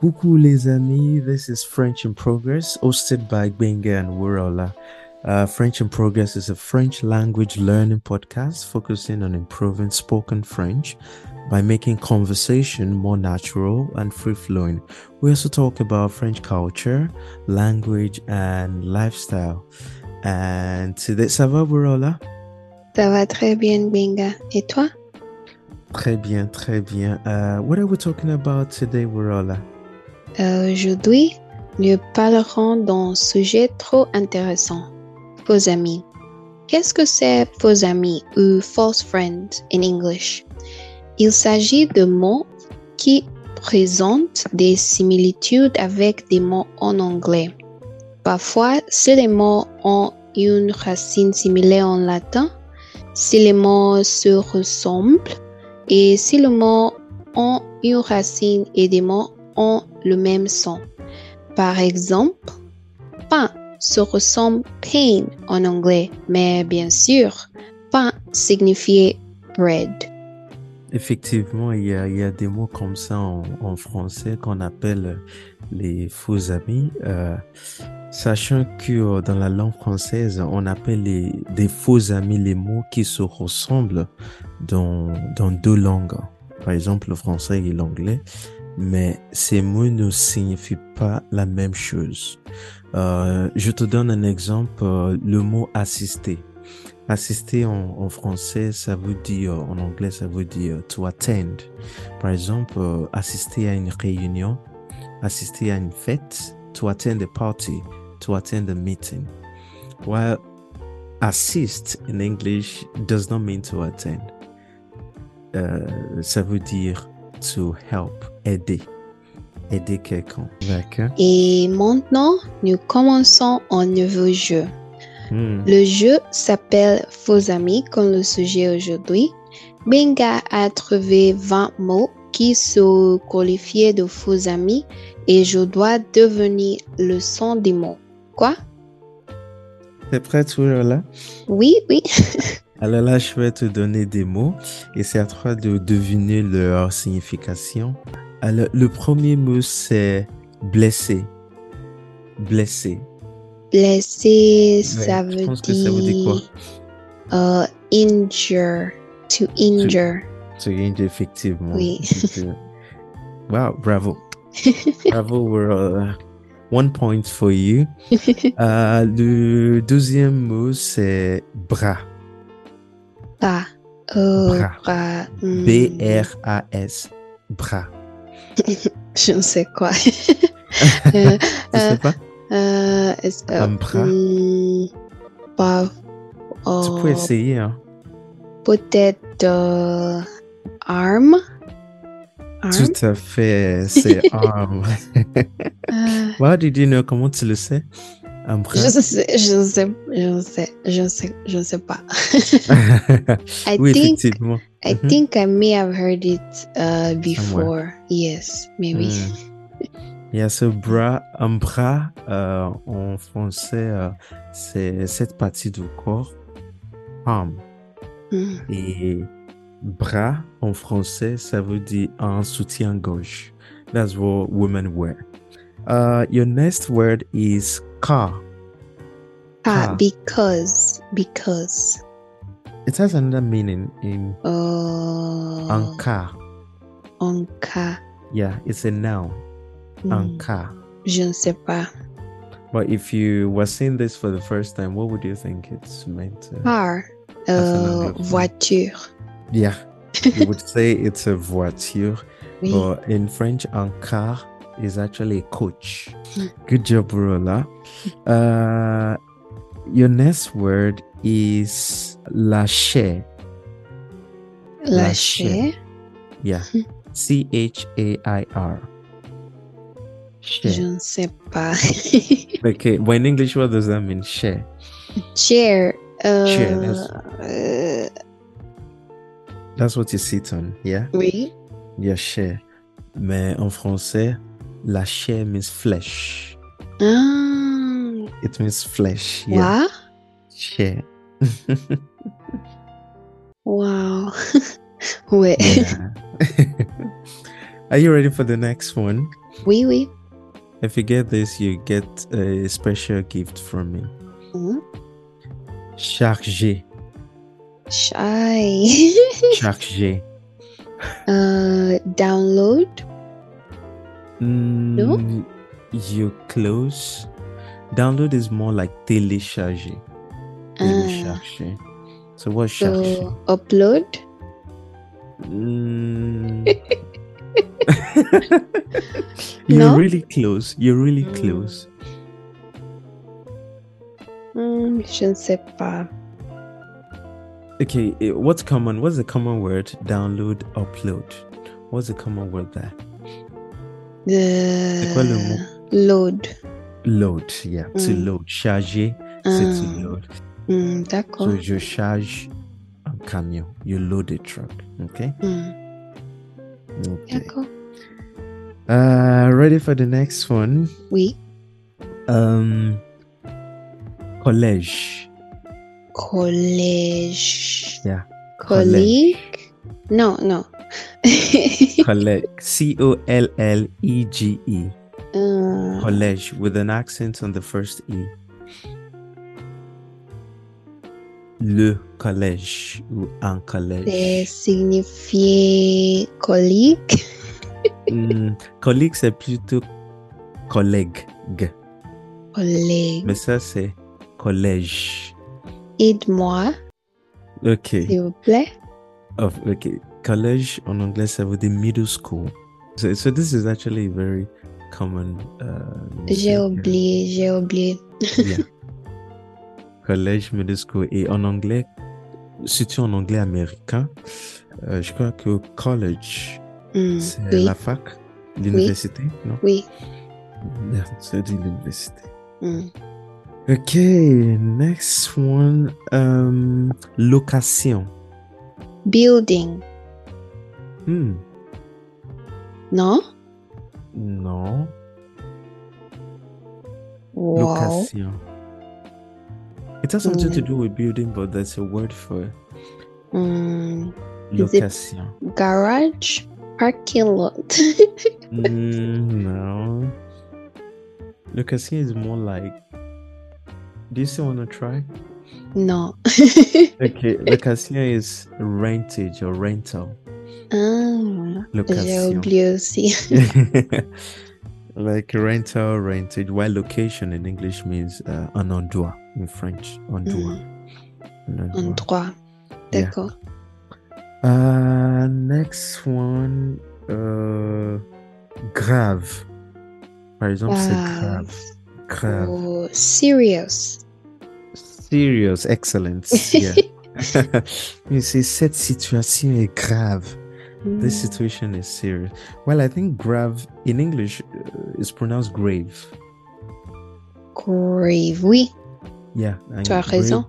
Coucou les amis, this is French in Progress, hosted by Benga and Wurola. Uh, French in Progress is a French language learning podcast focusing on improving spoken French by making conversation more natural and free flowing. We also talk about French culture, language, and lifestyle. And today, ça va, Burola? Ça va très bien, Binga. Et toi? Très bien, très bien. Uh, what are we talking about today, Burola? Euh, Aujourd'hui, nous parlerons d'un sujet trop intéressant. Faux amis. Qu'est-ce que c'est faux amis ou false friends in English? Il s'agit de mots qui présentent des similitudes avec des mots en anglais. Parfois, si les mots ont une racine similaire en latin, si les mots se ressemblent et si les mots ont une racine et des mots ont le même son. Par exemple, pain se ressemble pain en anglais, mais bien sûr, pain signifie bread. Effectivement, il y a, il y a des mots comme ça en, en français qu'on appelle les faux amis. Euh, sachant que euh, dans la langue française, on appelle les, des faux amis les mots qui se ressemblent dans, dans deux langues. Par exemple, le français et l'anglais. Mais ces mots ne signifient pas la même chose. Euh, je te donne un exemple, euh, le mot assister. Assister en, en, français, ça veut dire, en anglais, ça veut dire to attend. Par exemple, euh, assister à une réunion, assister à une fête, to attend a party, to attend a meeting. While assist in English does not mean to attend. Euh, ça veut dire to help, aider, aider quelqu'un. D'accord. Et maintenant, nous commençons un nouveau jeu. Hmm. Le jeu s'appelle Faux Amis, comme le sujet aujourd'hui. Benga a trouvé 20 mots qui sont qualifiés de faux amis et je dois devenir le son des mots. Quoi? T'es prêt, là? Oui, oui. Alors là, je vais te donner des mots et c'est à toi de deviner leur signification. Alors, le premier mot, c'est blessé. Blessé. Blessé, ça Ouais, veut je pense que dire. ça veut dire quoi? euh, injure. To injure. Tu gagnes effectivement. Oui. wow, bravo. bravo, World. One point for you. Euh, le deuxième mot, c'est bras. Pas. Euh, Bras. bras, hmm, B-R-A-S. Bras. Je ne sais quoi. Euh, Tu sais pas? euh, est-ce- euh, Un bras. hmm, pas. Tu euh, peux essayer. Hein. Peut-être euh, arm. Arm. Tout à fait. C'est arm. Euh, Wow, did you know? Comment tu le sais? Un bras. je sais, je ne sais, je ne sais, je ne sais, je ne sais pas. I oui, think effectivement. I Mhm. think I may have heard it uh, before. Yes, maybe. Mm. Hmm. Il y a ce bras, un bras euh, en français, euh, c'est cette partie du corps, arm. Mm. Et bras en français, ça veut dire un soutien gauche. That's what women wear. Uh, your next word is car. Ah, Ah. because because It has another meaning in uh, un car. anka. Yeah, it's a noun, un Mm, car. Je ne sais pas. But if you were seeing this for the first time, what would you think it's meant? to- Car. un Euh, anglophone. voiture. Yeah, you would say it's a voiture, Oui. but in French, un car is actually a coach. Hmm. Good job, Rola. Uh, your next word is lâcher. Lâcher. Yeah, Hmm. C H A I R. Je Share. ne sais pas. Okay, but in English, what does that mean? Share. Chair. Euh, Chair, yes. euh, That's what you sit on. Yeah. oui. Yeah, share. Mais en français, la chair means flesh. Ah, It means flesh. Yeah. Wow. Share. Wow. ouais. Mm. Yeah. Are you ready for the next one? Oui, oui. If you get this, you get a special gift from me. Mhm. Chargé, Shy. chargé. uh, download. Mm, you close. Download is more like télécharger. Ah, Télécharger. So what's chargé? so upload. Mm. you're No? really close. You're really Mm. close. Hmm, je ne sais pas. Okay, eh, what's common? What's the common word? Download, upload. What's the common word there? The C'est quoi le mot? Euh, load. Load. Yeah, to Mm. load. Charger, c'est to Ah, load. hmm, D'accord. So you charge a camion. You load a truck. Okay. Hmm, Okay. D'accord. Uh, ready for the next one? Oui. Um, collège. Collège. Yeah, Colleague. Non, non. Collège. C O L L E G E. Hmm, Collège with an accent on the first E. Le collège ou un C'est collège. signifié colleague. Hmm, collègue, c'est plutôt collègue. G. Collègue. Mais ça, c'est collège. Aide-moi, OK. s'il vous plaît. Of, OK. Collège, en anglais, ça veut dire middle school. So, so this is actually a very common. Uh, J'ai mistake. oublié, j'ai oublié. Yeah. Collège, middle school. Et en anglais, surtout en anglais américain, euh, je crois que college, Hmm, c'est Oui, la fac, l'université, non? oui. Yeah, c'est dit l'université. Hmm, Ok, next one. um, location. Building. Hmm, Non? non. Wow. Location. It has something to Mm. do with building, but there's a word for it. Hmm, Is it- Location. garage. Parking lot. Mm, no. Location is more like. Do you still want to try? non. Okay. Location is rentage or rental. Ah, j'ai Location. oublié aussi. like rental, rentage. While location in English means uh, an endroit in French. Endroit. An En endroit. droit. Yeah. D'accord. Uh, next one. Uh, grave. Par exemple, c'est Ah, grave. Grave. oh, serious. Serious excellence. Yeah. you see, cette situation est grave. This Hmm, situation is serious. Well, I think grave in English uh, is pronounced grave. Grave. Oui, Yeah. and tu as grave- raison.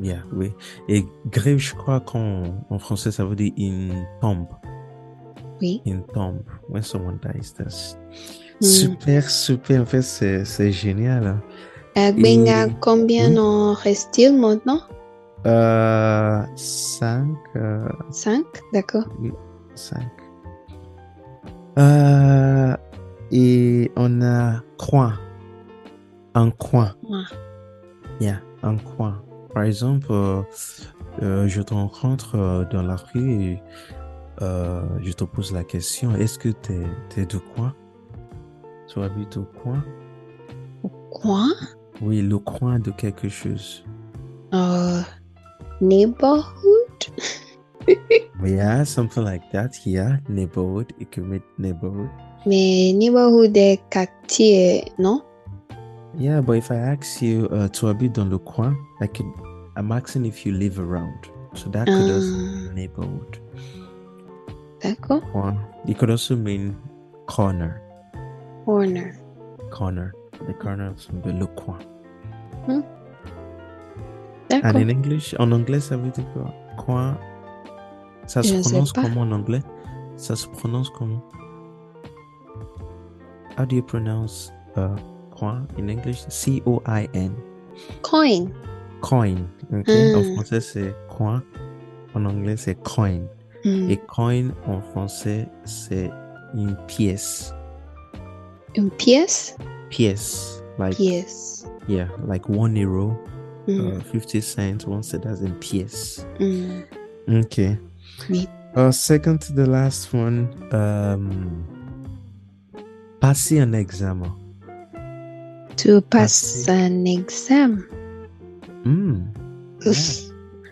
Yeah, oui. Et grave, je crois qu'en en français, ça veut dire une tombe. Oui. Une tombe. When someone dies, that's. Mm. Super, super. En fait, c'est c'est génial. hein. Euh, Benga, Et- combien oui. en reste-t-il maintenant? Euh, cinq. euh, Cinq, d'accord. 5. Euh, et on a coin. Un coin. Coin. Yeah, un coin. Par exemple, euh, euh, je te rencontre euh, dans la rue et euh, je te pose la question, est-ce que tu es, du coin Tu habites au coin Quoi? Oui, le coin de quelque chose. Euh, neighborhood? Yeah, something like that. Yeah, neighborhood. It could mean neighborhood. Mais neighborhood est quartier, non? Yeah, but if I ask you uh, to habit dans le coin, I could, I'm asking if you live around. So that could also Ah, mean neighborhood. d'accord. Coin. It could also mean corner. Corner. Corner. The corner of the le coin. And D'accord. in English, en anglais, ça veut dire quoi? Coin. Ça Je se ne sais prononce pas. comment en anglais? Ça se prononce comment? How do you pronounce uh, coin in English? C-O-I-N. Coin. Coin. ok? En Mm. français, c'est coin. En anglais, c'est coin. Hmm, Et coin en français, c'est une pièce. Une pièce? Pièce. Like, Pièce. yeah, like one euro, Mm, uh, 50 cents, one cent as in pièce. mm. Okay. Oui. Uh, second to the last one, um, passer un examen. To pass Passer. an exam. Hmm. Yeah.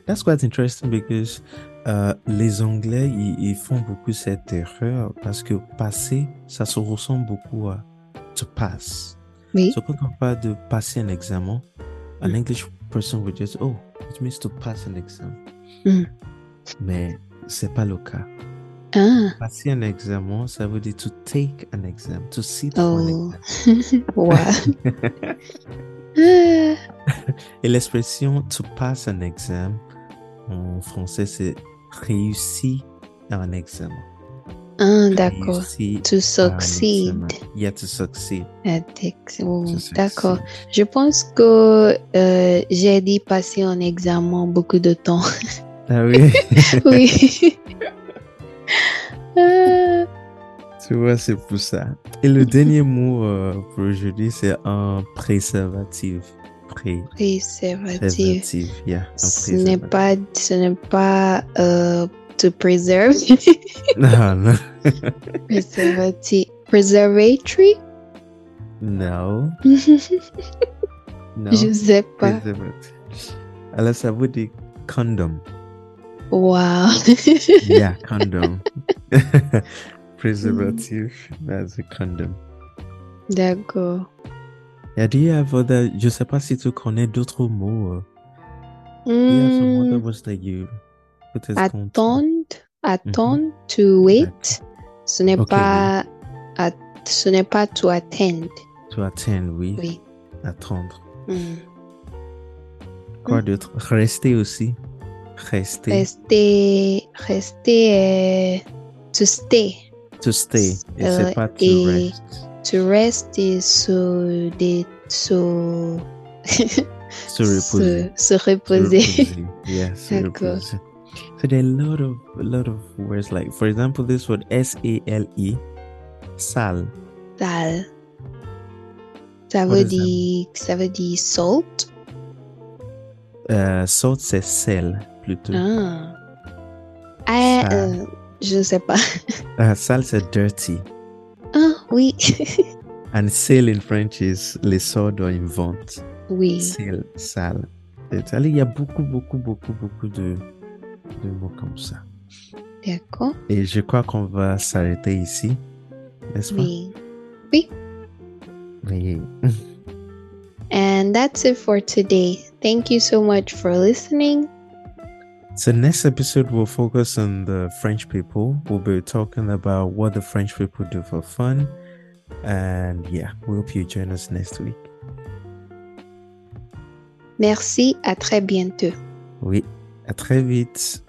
That's quite interesting because euh, les Anglais, ils, ils font beaucoup cette erreur parce que passer, ça se ressemble beaucoup à to pass. Oui. So quand on parle de passer un examen, an Mm. English person would just, oh, it means to pass an exam. Mm. Mais c'est pas le cas. Ah. Passer un examen, ça veut dire to take an exam, to sit for an Oh. exam. wow. Ah, Et l'expression to pass an exam, en français, c'est réussir un examen. ah, d'accord. Réussir To un examen. succeed. Yeah, to succeed. Ah, d'ex- oh, To succeed. D'accord. Je pense que euh, j'ai dit passer en examen beaucoup de temps. Ah oui, Oui. Ah, tu vois, c'est pour ça. Et le dernier mot euh, pour aujourd'hui, c'est un préservatif. préservatif. Préservatif, yeah. Un Ce n'est préservatif. pas, ce n'est pas euh, to preserve. Non, non. Preservative. Preservatory? Non, non. Je sais pas. Préservatif. Alors, ça veut dire condom. Wow. Yeah, condom. Preservative. Mm. That's a condom. D'accord. Yeah, do you have other, je sais pas si tu connais d'autres mots. euh, Do you have some other Hmm, words that you put as hein. content? attendre, attendre, to wait. Ce n'est Ok, pas, at- ce n'est pas to attend. To attend, oui. Oui. Attendre. Hmm. Quoi Mm. d'autre? Rester aussi. Rester. Rester, rester, est to stay. To stay. Et Euh, c'est pas to et- rest. To rest is se, dé- se, Se reposer. se, se Se reposer. reposer. Yeah, se D'accord. reposer. So there are a lot of a lot of words like for example this word S A L E sale. Sale. Ça What veut does that dire, ça veut dire salt. Euh, salt c'est sel plutôt. Ah. Ah, Sale. euh, je sais pas. Euh, sale c'est dirty. Ah, oui. And sale in French is les sorts in vente. oui. Sale, sale. C'est- allez, Il y a beaucoup, beaucoup, beaucoup, beaucoup de, de mots comme ça. D'accord. Et je crois qu'on va s'arrêter ici, n'est-ce pas? Oui. Oui. And that's it for today. Thank you so much for listening. So next episode will focus on the French people. We'll be talking about what the French people do for fun. And yeah, we hope you join us next week. Merci, à très bientôt. Oui, à très vite.